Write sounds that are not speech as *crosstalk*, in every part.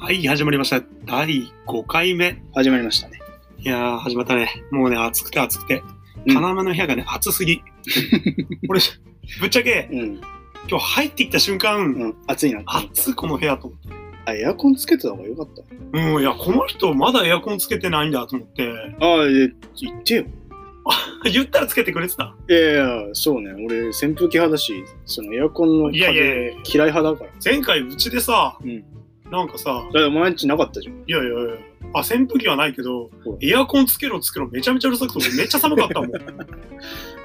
はい、始まりました。第5回目。始まりましたね。いやー、始まったね。もうね、暑くて暑くて。うん金間の部屋がね、暑すぎ。俺、ぶっちゃけ、うん。今日入ってきた瞬間、うん。暑いなって思っ暑いこの部屋と思って。た。あ、エアコンつけてた方がよかった。うん、いや、この人まだエアコンつけてないんだと思って。ああ、え、言ってよ。言ったらつけてくれてた。いやいや、そうね。俺、扇風機派だし、そのエアコンのいや風いやいや嫌い派だから。前回うちでさ、うん。なんかさ、だってお前んちなかったじゃん。いやいやいや、あ、扇風機はないけどほら、エアコンつけろつけろめちゃめちゃうるさくて、俺めっちゃ寒か *laughs* ったもん。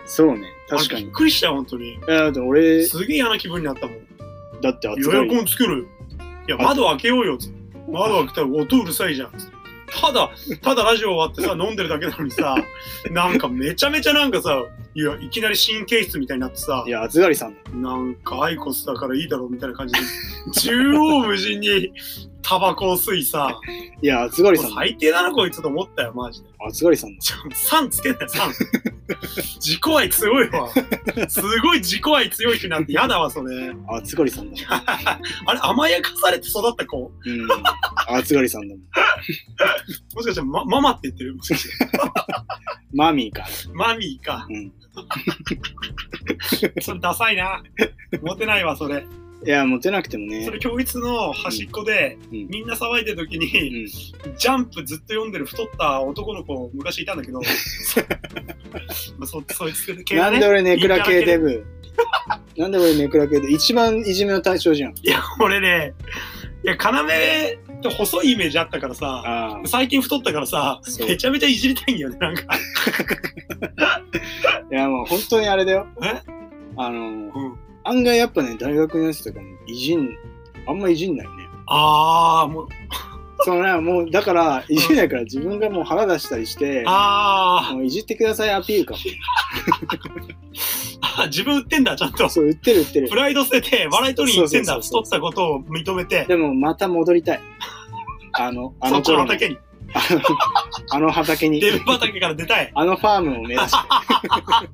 そうね。確あかれに。びいっくりしたよ、本当に。や、だって俺、すげえ嫌な気分になったもん。だって暑エがアコり。ンつけろよ。いや、窓開けようよっつって。窓開けたら音うるさいじゃんっつって。ただ、ただラジオ終わってさ、飲んでるだけなのにさ、なんかめちゃめちゃなんかさ、いや、いきなり神経質みたいになってさい、や、暑がりさんだ。なんかアイコスだからいいだろうみたいな感じで、縦横無尽にタバコを吸いさ、いや、暑がりさんだ。最低だなこいつと思ったよ、マジで。暑がりさんだ。ちょ、3つけて、3。自己愛強いわ。すごい自己愛強い人なんて嫌だわ、それ。暑がりさんだ。あれ、甘やかされて育った子うん。暑がりさんだもん。もしかして、ま、ママって言ってるもしかしてマミーか。マミーか。うん。それダサいな。モテないわ、それ。いや、モテなくてもねそ。れ、教室の端っこで、うんみんな騒いでる時うに、ん。ジャンプずっと読んでる太った男の子、昔いたんだけど、まあ、そそいつ系だなんでね。俺ネクラ系デブなんで俺ネクラ系デブ一番いじめの対象じゃん。いや、俺ね、いや、要って細いイメージあったからさ、ああ。最近太ったからさ、そうめちゃめちゃいじりたいんだよね、なんか。いやもう本当にあれだよ。えあの、うん案外やっぱね、大学のやつとかもいじん、あんまいじんないね。あー、もう、そのね、もうだから、いじんないから自分がもう腹出したりして、あもういじってくださいアピールかも。ー、自分売ってんだ、ちゃんと。そう、売ってる売ってるプ。ライド捨てて、笑い取りに行ってんそだ。う太そうってたことを認めて、でもまた戻りたい。あ *laughs* の、あそのっちの頃の、畑に、あの畑に、デブ畑から出たい。あのファームを目指して。 *laughs*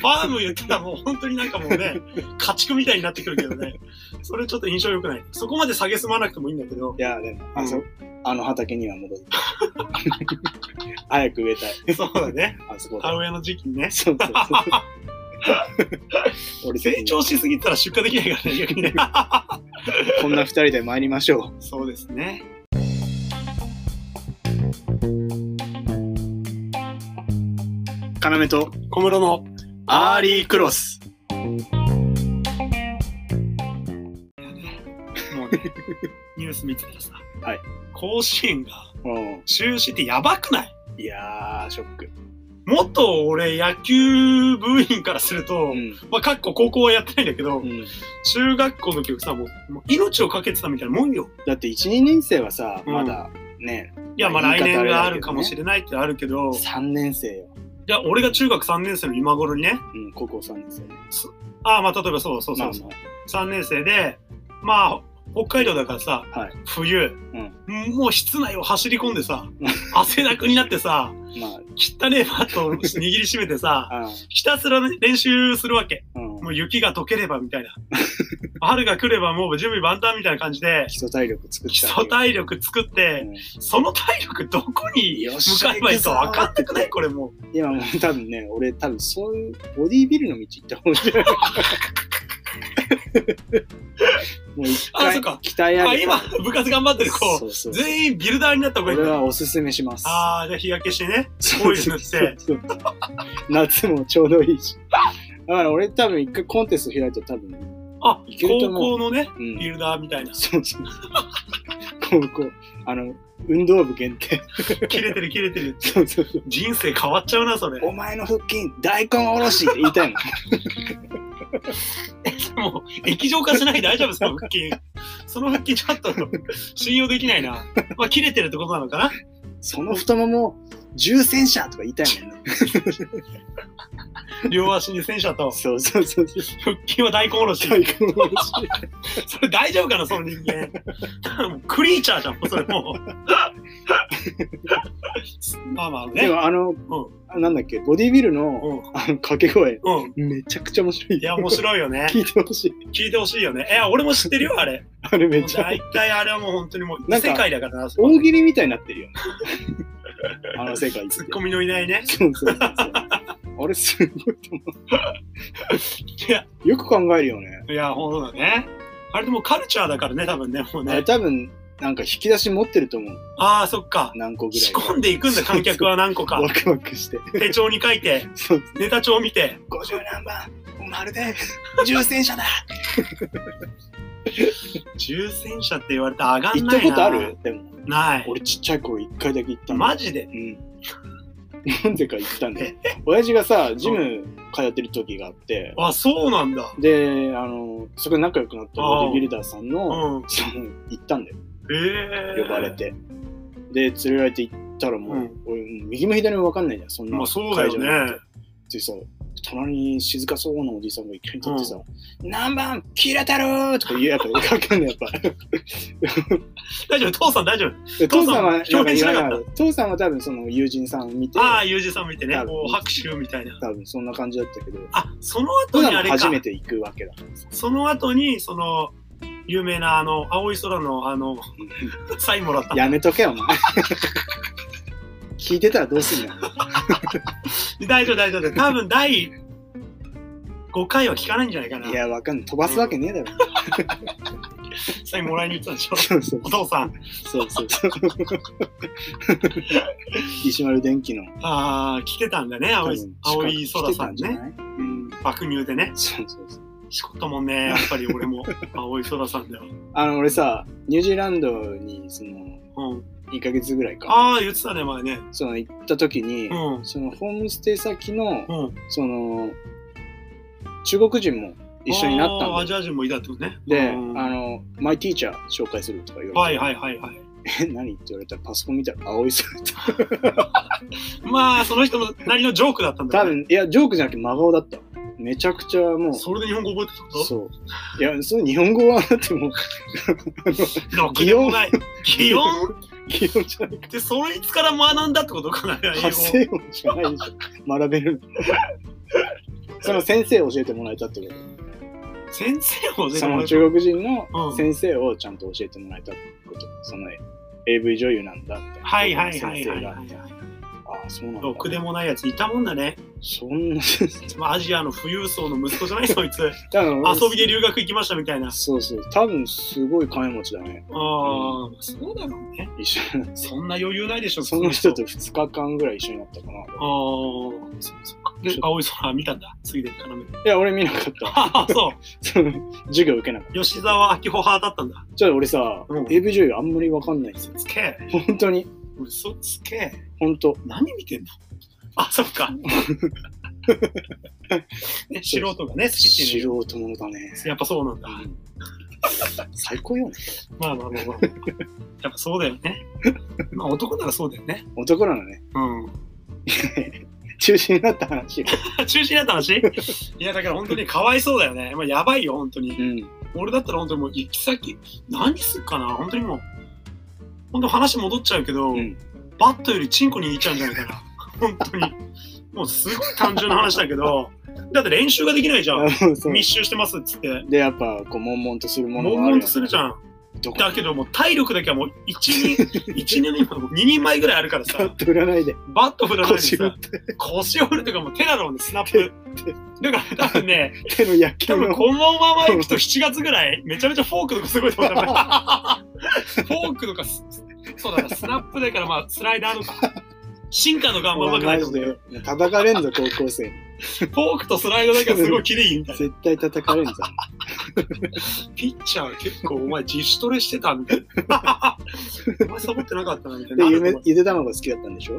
ファーム言ってたらもう本当になんかもうね、家畜みたいになってくるけどね。それちょっと印象良くない。そこまで下げすまなくてもいいんだけど、いや、でも、うあんそ、あの畑には戻りたい。 *laughs* 早く植えたい。そうだね。あそこで田。植えの時期にね。そうそう *laughs* そう。俺成長しすぎたら出荷できないからね、逆に *laughs* ね。こんな二人で参りましょそうですね。う。かなめと小室の。アーリークロス。もうね、ニュース見てたらさ、はい甲子園がうん。中止ってやばくないいやー、ショック。元俺野球部員からすると、うん。まあ、かっこ高校はやってないんだけど、うん、中学校の時さ、もう、もう命を懸けてたみたいなもんよ。だって1、2年生はさ、うんまだね、いや、まあまあ来言い年方あれだけどねがあるかもしれないってあるけど、い3年生よ。や、俺が中学3年生の今頃にね、うん、高校3年生。ああ、まあ例えばそうそうまそあう、3年生で、まあ、北海道だからさ、はい冬、もう室内を走り込んでさ、汗だくになってさ、まあ、ま汚ねえバットを握りしめてさ、あ、あひたすら練習するわけ。ーうもん。う雪が溶ければみたいな。春が来ればもう準備万端みたいな感じで基、礎体力作った。基礎体力作って、うんその体力どこによっ向しゃかえばいいか行くぞー分かってくないこれもう。今もう多分ね、俺多分そういうボディービルの道行った方がいいん *laughs* じゃないもう一あそ回っか鍛え上げあ、て今、部活頑張ってる子、そうそうそう全員ビルダーになった方がいい俺。はおすすめします。あー、じゃあ日焼けしてね。そうオイル塗ってそうそうそう夏もちょうどいいし。だから俺多分一回コンテスト開いたら多分、あい、ける高と思校うのね、うんビルダーみたいな。そうそう。高校、あの、運動部限定。切れてる切れてる。そうそうそう。人生変わっちゃうな、それ。お前の腹筋、大根おろしって言いたいの。もう、液状化しないで大丈夫、その腹筋。その腹筋ちょっと信用できないな。まあ、切れてるってことなのかなその太もも、重戦車とか言いたいもんね。両足に戦車と、そうそうそうそう。腹筋は大根おろし。大根おろし。それ大丈夫かな、その人間。もうクリーチャーじゃん、もうそれもう。 *laughs* まあまあでね。もあの、あなんだっけ、ボディビルのうん。あの掛け声、うん。めちゃくちゃ面白い。いや、面白いよね。聞いてほしい。聞いてほしいよね。いや、俺も知ってるよ、あれ。あれめっちゃ大体あれはもう本当にもう、な異んか世界だからな、そこ大喜利みたいになってるよ *laughs* ね。あの世界ってツッコミのいないね。そうそうそうそう。あれすごいと思いや、う。よく考えるよね。いや、ほんとだね。あれでもカルチャーだからね、多分ね、もうあれね。多分、なんか引き出し持ってると思う。ああ、そっか。何個ぐら仕いか。込んでいくんだ、観客は何個か。ワクワクして。手帳に書いて、そう。ネタ帳見て。 50何番、まるで、重戦車だ重戦車って言われて上がん *laughs* 行なっいな。たことあるでも、ない。俺ちっちゃい頃一回だけ行ったの。マジでうん。なんでか行ったんだよ。親父がさ、ジム通ってる時があって、あ、そうなんだ。で、あの、そこで仲良くなったボディビルダーさんうの、ん。その、 *laughs* 行ったんだよ。ええ。呼ばれ。て。で、連れられて行ったらもう、うん俺もう右も左も分かんないじゃん、そんな。まあそうだよ会場なんてね。でさ、隣に静かそうなおじさんがいきなり立ってさ、何番、キラ太郎とか言うやっぱ分かんない、やっ *laughs* ぱ。大丈夫、父さん大丈夫。で父さんは、なん父さんか表現し言なかわったなかった。父さんは多分その友人さんを見て、ああ、ユージさん見てね、多分こう拍手みたいな。多分そんな感じだったけど、あ、その普後段にもあれか。初めて行くわけだからさ。その後に、その、有名な、あの、青い空の、あの、 *laughs* サインもらった。やめとけよ、*laughs* お前。聞いてたらどうすんの大丈夫、大丈 *laughs* 夫。多分、第5回は聞かないんじゃないかな。いや、わかんない。飛ばすわけねえだろ。サインもらいに行ってたでしょ。そうそうお父さん。そうそ *laughs* うそう。石丸電機の。ああ、来てたんだね、青い多青分い空さん近く来てたじゃね。ないうん、爆乳でね。そうそうそう。しこったもんね、やっぱり俺 *laughs* も。青い空さんだよ。あの、俺さ、ニュージーランドに、その、うん。 1ヶ月ぐらいか、ああ、言ってたね、前ね。その、行った時にう、ん。その、ホームステイ先の、うん。その、中国人も一緒になったあーアんだジよ。ア人もいたってことね。で、うんあの、マイティーチャー紹介するとか言わはれいて、はいはいはい。え、何って言われたらパソコン見たら青い空って。まあ、その人のなりのジョークだったんだ多ろうね。分、いや、ジョークじゃなくて真顔だった。めちゃくちゃもう、それで日本語覚えてたってことそう。いや、その日本語はだってもう、 *laughs* ろくでもない。擬音基本じゃないかってそいつから学んだってことかな、英ら。語発声音しかないでし *laughs* ょ。学べるの。その先生を教えてもらえたってこ先生もと。全そ然の中国人のうん先生をちゃんと教えてもらえたってこと。その AV 女優なんだって。はいはいはいはいあはい。あ、そうなんだ。ろくでもないやついたもんだね。そんな先生。まあアジアの富裕層の息子じゃない、そい *laughs* つ。多分遊びで留学行きましたみたいな。あそうそう。多分すごい金持ちだね。あ、そうだろうね。一緒に。そんな余裕ないでしょ、その人と。と2日間ぐらい一緒になったかな。ああ、そうそっか。で、青い空見たんだ。次で要。いや、俺見なかった。ああ、そう。その授業受けなかった。吉沢明穂派だったんだ。ちょっと俺さ、うん AV 女優あんまりわかんないんです嘘よ。つけ。本当に、嘘つけ。本当。何見てんのあ、そっか。ね、素人がね、好きって素いうの人ものだね。やっぱそうなんだ。最高よね。まあまあまあまあ。やっぱそうだよね。まあ男ならそうだよね。男なのね。う中心になった話よ。ん。 *laughs* 中止になった話いや、だから本当にかわいそうだよね。まあやばいよ、本当にう。ん。俺だったら本当にもう行き先、何すっかな本当にもう。本当話戻っちゃうけど、うんバットよりチンコにいっちゃうんじゃないかな。 *laughs* 本当に。もうすごい単純な話だけど、だって練習ができないじゃん。あのそう密集してますっつって。で、やっぱ、こう、悶々とするもの悶があ々るよ、ね。とするじゃん。どこだけどもう体力だけはもう1人、 *laughs* 一人今2人前ぐらいあるからパさッ、と売らないで。バット振らないで腰打っさ、て、腰折るとかもう手だろうね、スナップ。だから多分ね、手の野球多分の。このまま行くと7月ぐらい、めちゃめちゃフォークとかすごいと思ったから。 *laughs* フォークとかす、そうだな、スナップだからまあスライダーとか。進化の頑張うまくないと思うけど、お前マジで叩かれんぞ、高校生に。フォークとスライダーだけはすごいキレいいみたいな。絶対叩かれんぞ。 *laughs* ピッチャーは結構お前自主トレしてたみたい *laughs* な。お前サボってなかったなみたいで、な。ゆめゆで卵好きだったんでしょ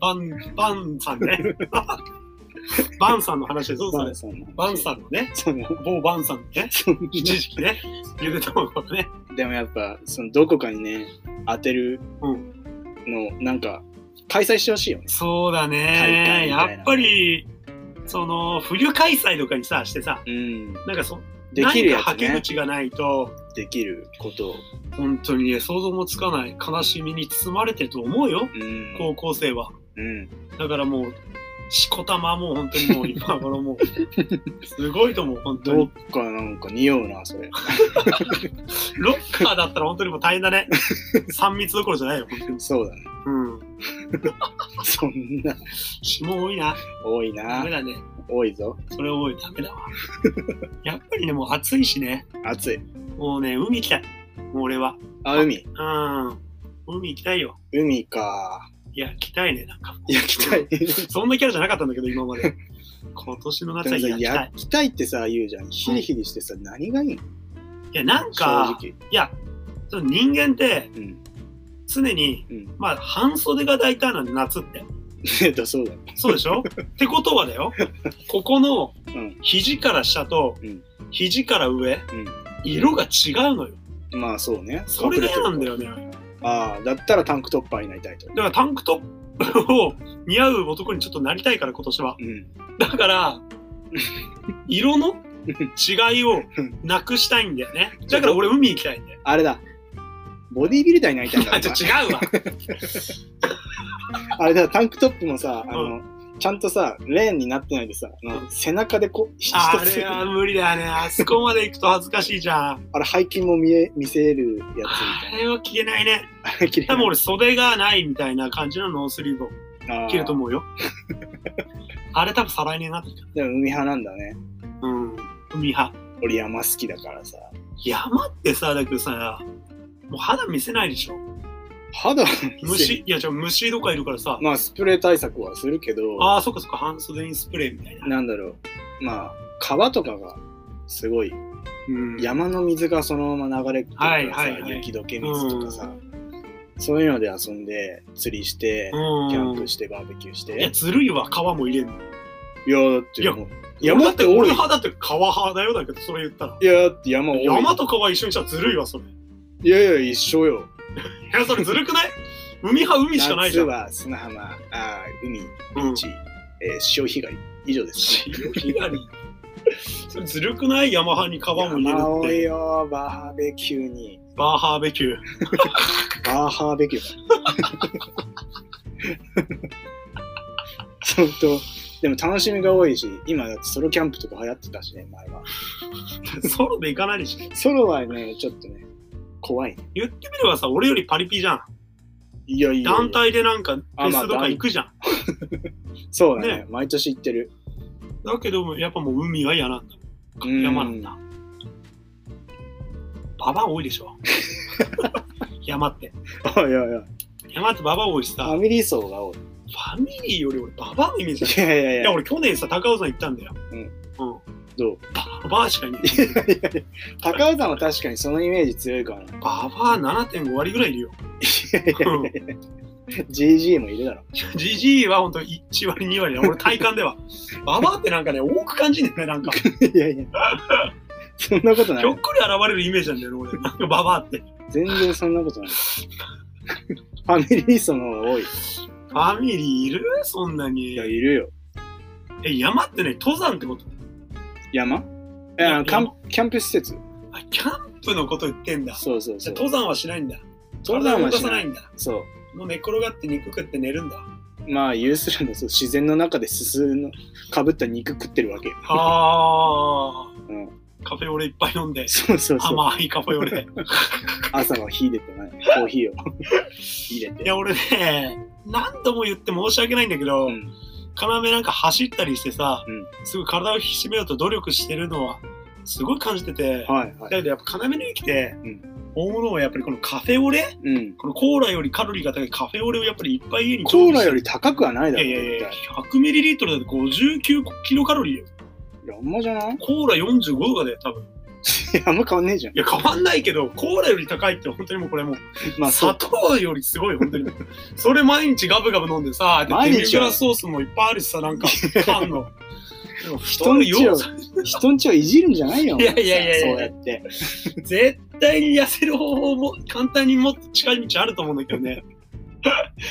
バン、バンさんね。 *laughs* バンさんの話で、そうそうバでンす。さんの話。バンさんのね、そ *laughs* うね。某バンさんのね、そんな一時期ね、ゆで卵をね。でもやっぱそのどこかにね当てるうの、なんか開催してほしいよね。そうだ大会ね。みたいなやっぱり、その、冬開催とかにさ、してさ、うん。なんかそ、できるや何かつ吐けね。口がないと、できること。本当にね、想像もつかない悲しみに包まれてると思うよ、うん。高校生は。うん。だからもう、しこたまもう本当 *laughs* にもう今頃もう、すごいと思う、本当どにっ。かなんか匂うな、それ。ロッカーだったら本当にもう大変だね。3密どころじゃないよ、本当に。そ *laughs* うだね。うん。そんな、血も多いな。 *laughs* 多いダ *laughs* なメ。だね。多いぞ。それ多い、ダメ *laughs* だわ。やっぱりね、もう暑いしね。暑い。もうね、海行きたい。もう俺は。あ、海。うん。海行きたいよ。海か。いや、行きたいね、なんか。焼き *laughs* たい。そんなキャラじゃなかったんだけど、今ま *laughs* で。今年の夏はで行もさきたい。焼きたいってさ、言うじゃん。ヒリヒリしてさ、何がいいのいや、なん正か、直。いや、その人間ってうん。常に、うん。 *laughs* まあ、半袖が大体なんで、夏って。えっと、そうだね。そうで *laughs* しょってことはだよ、ここのうん肘から下とうん肘から上、ん色が違うのよ。まあ、そうね。それが嫌なんだよね。だああ、だったらタンクトッパーになりたいと。からタンクトップを似合う男にちょっとなりたいから、今年は。うん。だから、色の違いをなくしたいんだよね。だから俺海行きたいんだよ。あれだ。ボディービルダーになりたいん *laughs* だあ、。じゃあ違 *laughs* うわ。あれだ、タンクトップもさ、あの、ちゃんとさ、レーンになってないでさ、あの背中でこう、ひあ一つれはあ無理だよね。あそこまで行くと恥ずかしいじゃん。れ背筋も見え、見せるやつみあたいな。れは着れないね。あれ、綺麗多分俺袖がないみたいな感じのノースリーブをあー着ると思うよ。あれ多分再来年になってる。でも海派なんだね。うん。海派。俺山好きだからさ。山ってさ、だけどさ、もう肌見せないでしょ。肌は見せる。虫、いやじゃあ虫とかいるからさ。まあ、スプレー対策はするけど、ああ、そっかそっか、半袖にスプレーみたいな。なんだろう。まあ、川とかが、すごい、うん山の水がそのまま流れてるからさ、はいはいはい雪解け水とかさ、そういうので遊んで、釣りして、うんキャンプして、バーベキューしいや、て。ずるいわ、皮も入れんの。いや、だってもう、山だって多俺い派だって皮派だよ、だけど、それ言ったら。いや、だって山多い。山と川一緒にしたらずるいわ、それ。いいやいや、一緒よ。や、それずるくない海派、海しかないじゃん。夏は砂浜、ああ海、ビうんーチ、えー潮被害。以上です、ね。潮干狩り。それずるくない山派に川も山入多れるって。いよ、バーベキューに。バーハーベキュー。バーハーベキューだ。相当。でも楽しみが多いし、今だってソロキャンプとか流行ってたしね、前は。ソロで行かないでしょ。ソロはね、ちょっとね、怖いね。言ってみればさ、俺よりパリピじゃん。いやいやいや団体でなんか、フあェまあスとか行くじゃん。そうだねね毎年行ってる。だけども、やっぱもう海は嫌なんだ。うん山なんだ。ババア多いでし *laughs* ょ。山って。あいやいや、山ってババア多いしさフ。ァミリー層が多い。ファミリーより俺、ババアのイメージだ。いやいやいいや、や、俺去年さ、高尾山行ったんだよ。うんうん。どうババアしかい *laughs* ない。いやいや高尾山は確かにそのイメージ強いからな。ババア7.5割ぐらいいるよ。うん GG もいるだろ。ジジイはほんと1割、2割だ。俺体感で *laughs* は。ババアってなんかね、多く感じんだよね、なんか。ひいやいや。そんなことないょっ。くり現れるイメージなんだよね、俺。なんかババアって。フ全然そんなことない。ファミリー層の方が多い。ァミリーいるそんないにや、。いるよ。え、山ってね、登山ってこと山いやあキャンキャンプ施設。あ、キャンプのこと言ってんだ。そうそうじそゃうあ。登山はしないんだ。登山は体を動かしさなないい。んだ。そもう寝転がって肉食って寝るんだ。う。まあ、有するのそう自然の中ですすのかぶった肉食ってるわけよ。ああ、うんカフェオレいっぱい飲んで、そうそうそう。甘いカフェオ *laughs* レ。朝は火でてない。コーヒーを入れいて。や、俺ね、何度も言って申し訳ないんだけど、うん要なんか走ったりしてさ、うんすごい体を引き締めようと努力してるのは、すごい感じてて、はいはだい。けどやっぱ要の駅って、うん大物はやっぱりこのカフェオレうん。このコーラよりカロリーが高いカフェオレをやっぱりいっぱい家にコーラよりり高くはないいだやろう、いやい絶や対。、 100ミリリットルだって59キロカロリーよ。あんまじゃないコーラ45とかで多分。あんま変わんねえじゃんい。や、変わんないけど、コーラより高いって本当にもうこれもうまあ、そう砂糖よりすごい、本当に。 *laughs* それ毎日ガブガブ飲んでさ、で毎デ日はミグラスソースもいっぱいあるしさ、なんか、パン *laughs* の。でも太人んるちをよ。、人んちをいじるんじゃないよ。いやいやいやいやそうやって。絶対に痩せる方法も簡単にもっと近い道あると思うんだけどね。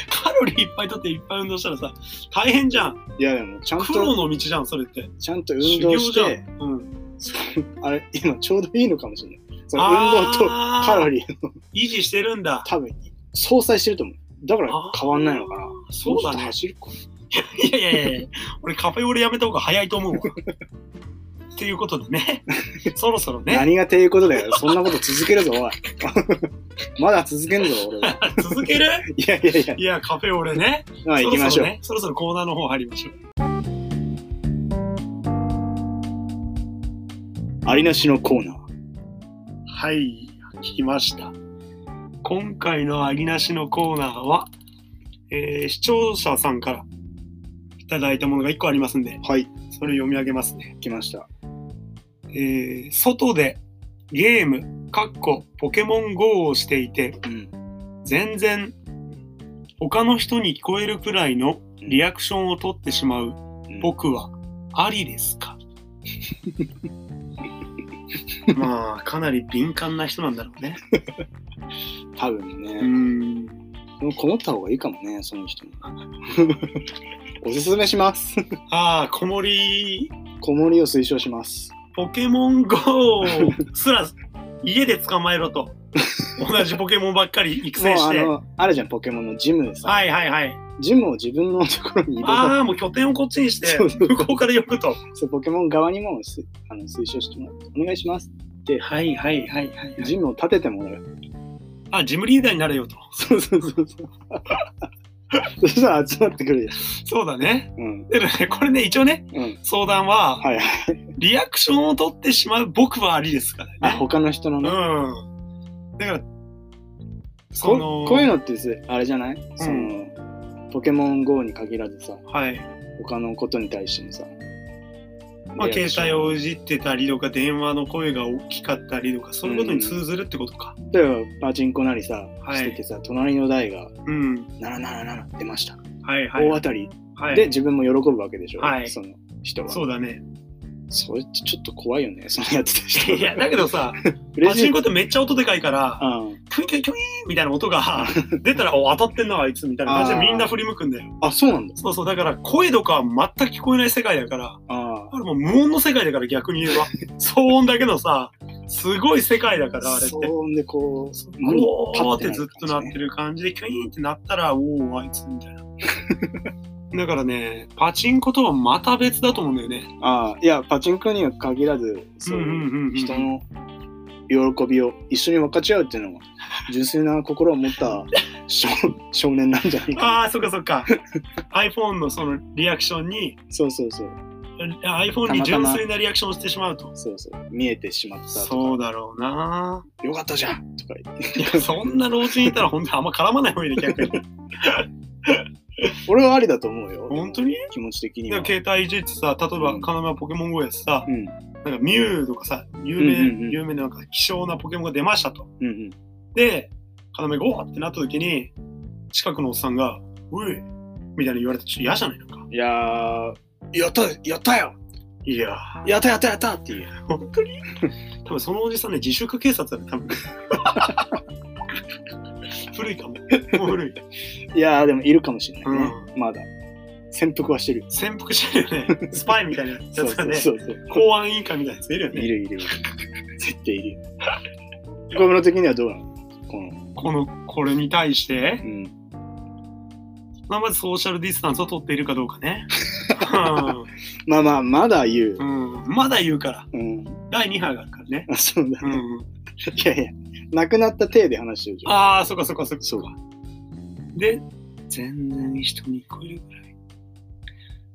カロリーいっぱいとっていっぱい運動したらさ、大変じゃん。いやでも、ちゃん苦労と、の道じゃん、それって。ちゃんと修行運動しじゃて、ん。うん。そうあれ、今ちょうどいいのかもしれない。その運動とあーカロリー、維持してるんだ。多分、相殺してると思う。だからあー変わんないのかな。そうだもねっと。走るか。いやいやいやいや、俺カフェオレやめた方が早いと思うわ。っていうことで *laughs* ね、そろそろね、何がていうことだよ。そんなこと続けるぞ、おい。 *laughs* まだ続けんぞ、俺は。 *laughs* 続けるいやいやいや。いや、カフェオレね。まあ、行きましそろそょう。ろね、そろそろコーナーの方入りましょう。ありなしのコーナー。はい、聞きました。今回のありなしのコーナーは、えー視聴者さんからいただいたものが1個ありますんで、はい、それを読み上げますね。来ました。えー外でゲーム、かっこポケモン GO をしていて、うん。全然他の人に聞こえるくらいのリアクションを取ってしまううん僕はありですか *laughs* まあかなり敏感な人なんだろうね。多分うね、んでもこもった方がいいかもね、その人も。 *laughs* おすすめします。ああ子守子守りを推奨します。ポケモン GO すら家で捕まえろと同じポケモンばっかり育もう成しあて。の、あるじゃん、ポケモンのジムでさ、はいはいはい。ジムを自分のところに移動ああ、もう拠点をこっちにしてそう、そう向こうから呼ぶと。そうポケモン側にもすあの推奨してもらって、お願いします。はいはいはいはい、ジムを立ててもらう。あ、ジムリーダーになれよと。そうそうそうそう。そしたら集まってくるよ。そうだね。うん。でもね、これね、一応ね、うん。相談は、はいはい。リアクションを取ってしまう僕はありですからね。あ、他の人のね。うん。だから、こその、こういうのってすあれじゃない、そのポケモン GO に限らずさはい。他のことに対してもさまあ、リア携クション帯をいじってたりとか、電話の声が大きかったりとか、そういうことに通ずるってことか。例えばパチンコなりさ、はいしててさ隣の台がうん。 777出ました、はいはい。大当たりはい、で自分も喜ぶわけでしょ、はいその人はそうだね。それってちょっと怖いよねそのやつとし *laughs* ていや、だけど *laughs* さ、パ嬉しチいンコってめっちゃ音でかい *laughs* から、うんクイクイクイーンみたいな音 *laughs* が出たら、お、当たってんな、あいつみたいな感じであーみんな振り向くんだよ。あそうなんだそうそう、だから声とかは全く聞こえない世界だから、あこれもう無音の世界だから逆に言えば騒音だけのさすごい世界だからあれあってそうんでこうゴーってなるずっとなってる感じでキュイーンってなったらおおあいつみたいな *laughs* だからねパチンコとはまた別だと思うんだよねああいやパチンコには限らずそういう、ん人の喜びを一緒に分かち合うっていうのは純粋な心を持った *laughs* 少少年なんじゃないかああそっかそっか iPhone のそのリアクションにそうそうそうあ iPhone にた純またま粋なリアクションをしてしまうとそうそう見えてしまったそうだろうなよかったじゃんとか言っていやそんな老人いたら本当にあんま絡まない *laughs* 方がいいね逆に俺はありだと思うよ本当に気持ち的にだはから携帯いじってさ例えばう要んはポケモン GO やってさうんなんかミュウとかさ、有うんうんう名、ん有名ななんか希少なポケモンが出ましたと。うんうんで、要ゴーってなった時に、近くのおっさんが、おいみたいに言われてちょっと嫌じゃないのか。いやーやったやったよいややったやったやったっていうー、本当に *laughs* 多分そのおじさんね、自粛警察だね、多分。 *laughs* 古いかも。もう古い。いやーでもいるかもしれないね、うまだ潜伏はしてるよ潜伏してるよね。スパイみたいなやつそうそがうね、そうそう公安委員会みたいなやついるよいね。るいるいる *laughs* 絶対いるよ岡村的にはどうなのこのこの、これに対して、うんまあ、まずソーシャルディスタンスを取っているかどうか *laughs* ね。うまあまあ、まだ言う。んうんまだ言うから。うん。第2波があるからね。あそうだ。うんうんいやいや、亡くなった体で話してるじゃん。ああ、そっかそっかそっか。そうで、全然人に聞こえるぐらい。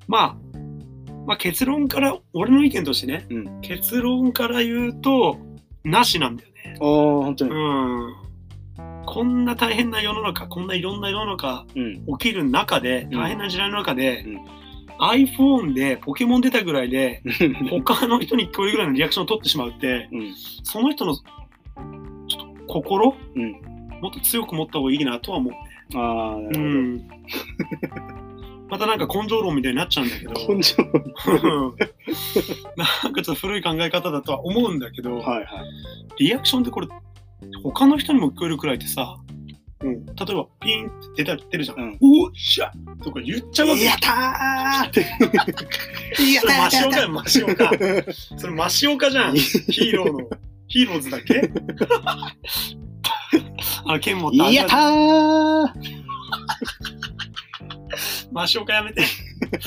まあ、まあ結論から、俺の意見としてね、うん結論から言うと、なしなんだよね。おー、本当うに。ん。こんな大変な世の中、こんないろんな世の中うん。起きる中で、うん大変な時代の中で、うん iPhone でポケモン出たぐらいで、う他の人に聞こえるぐらいのリアクションを取ってしまうって、ん。その人のちょっと心、うんもっと強く持った方がいいなとは思う。ああ、なうるん、 *laughs* またなんか根性論みたいになっちゃうんだけどほど。根性。うん *laughs* なんかちょっと古い考え方だとは思うんだけど、はいはい。リアクションってこれ他の人にも聞こえるくらいってさうん例えばピンって出た出るじゃん。うんおっしゃとか言っちゃうわけやったーって。 *laughs* やそれマったシーオっかてよ、マシオか。 *laughs* それマシオかじゃん。ヒーローの、ヒーローズだっけ *laughs* あの、剣持った。やったーマシオカやめて。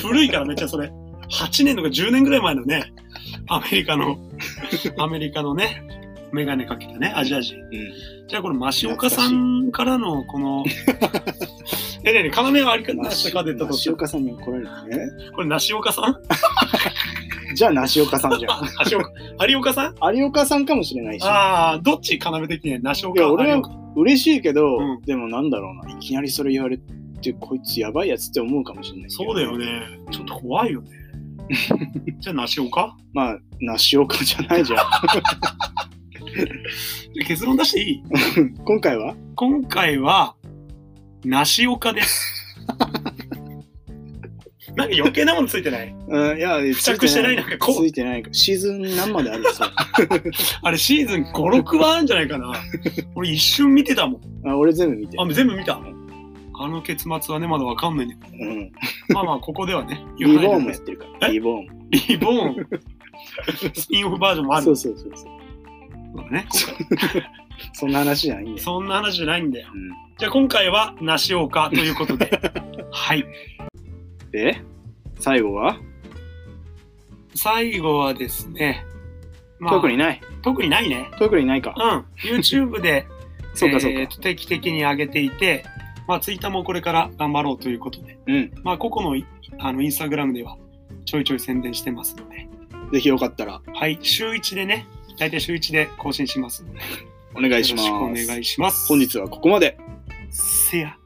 古いからめっちゃそれ。8年とか10年ぐらい前のね、アメリカの、アメリカのね、メガネかけたね、アジア人。じゃあこのマシオカさんからのこ *laughs* の、えねえね、要はありかなしか出たと梨岡さんに怒られるね。 *laughs* これ、なしおかさんじゃあ、梨岡さんじゃ *laughs* あ、しおか、有岡 *laughs* さんん。有岡さんかもしれないし。ああ、どっち要的にはなしおいかや俺は有岡嬉しいけど、うんでもなんだろうな。いきなりそれ言われて、こいつやばいやつって思うかもしれないけど。そうだよね。ちょっと怖いよ *laughs* ね。じゃあ、なしおかまあ、梨岡じゃな *laughs* いじゃ結論出していいん。今回は今回は、なしおかです。 *laughs* なんか余計なものついてないうん、いや、付着してないつなんかこうついてない。シーズン何まであるんですよ。 *laughs* あれシーズン5、6はあるんじゃないかな。俺一瞬見てたもん。あ俺全部見てる。あ、全部見た。あの結末はね、まだわかんないんだけうん。ど。まあまあ、ここではね。リボーンンもやってるから。リボーン。リボーン。スピンオフバージョンもあそるうそうそうそう。からね。今回そんな話じゃないんだよ。そんな話じゃないんだよ。うんじゃあ今回は、なしおかということで。はい。で、最後は、最後はですね。まあ特にない。特にないね。特にないか。うん、YouTube で *laughs* そうかそうえかー。と定期的に上げていて、まあ、Twitter もこれから頑張ろうということで、うん。まあ、個々のいあの Instagram ではちょいちょい宣伝してますので、ぜひよかったらはい、週1でね、大体週1で更新しますので、お願いします。よろしくお願いします。本日はここまで。せや。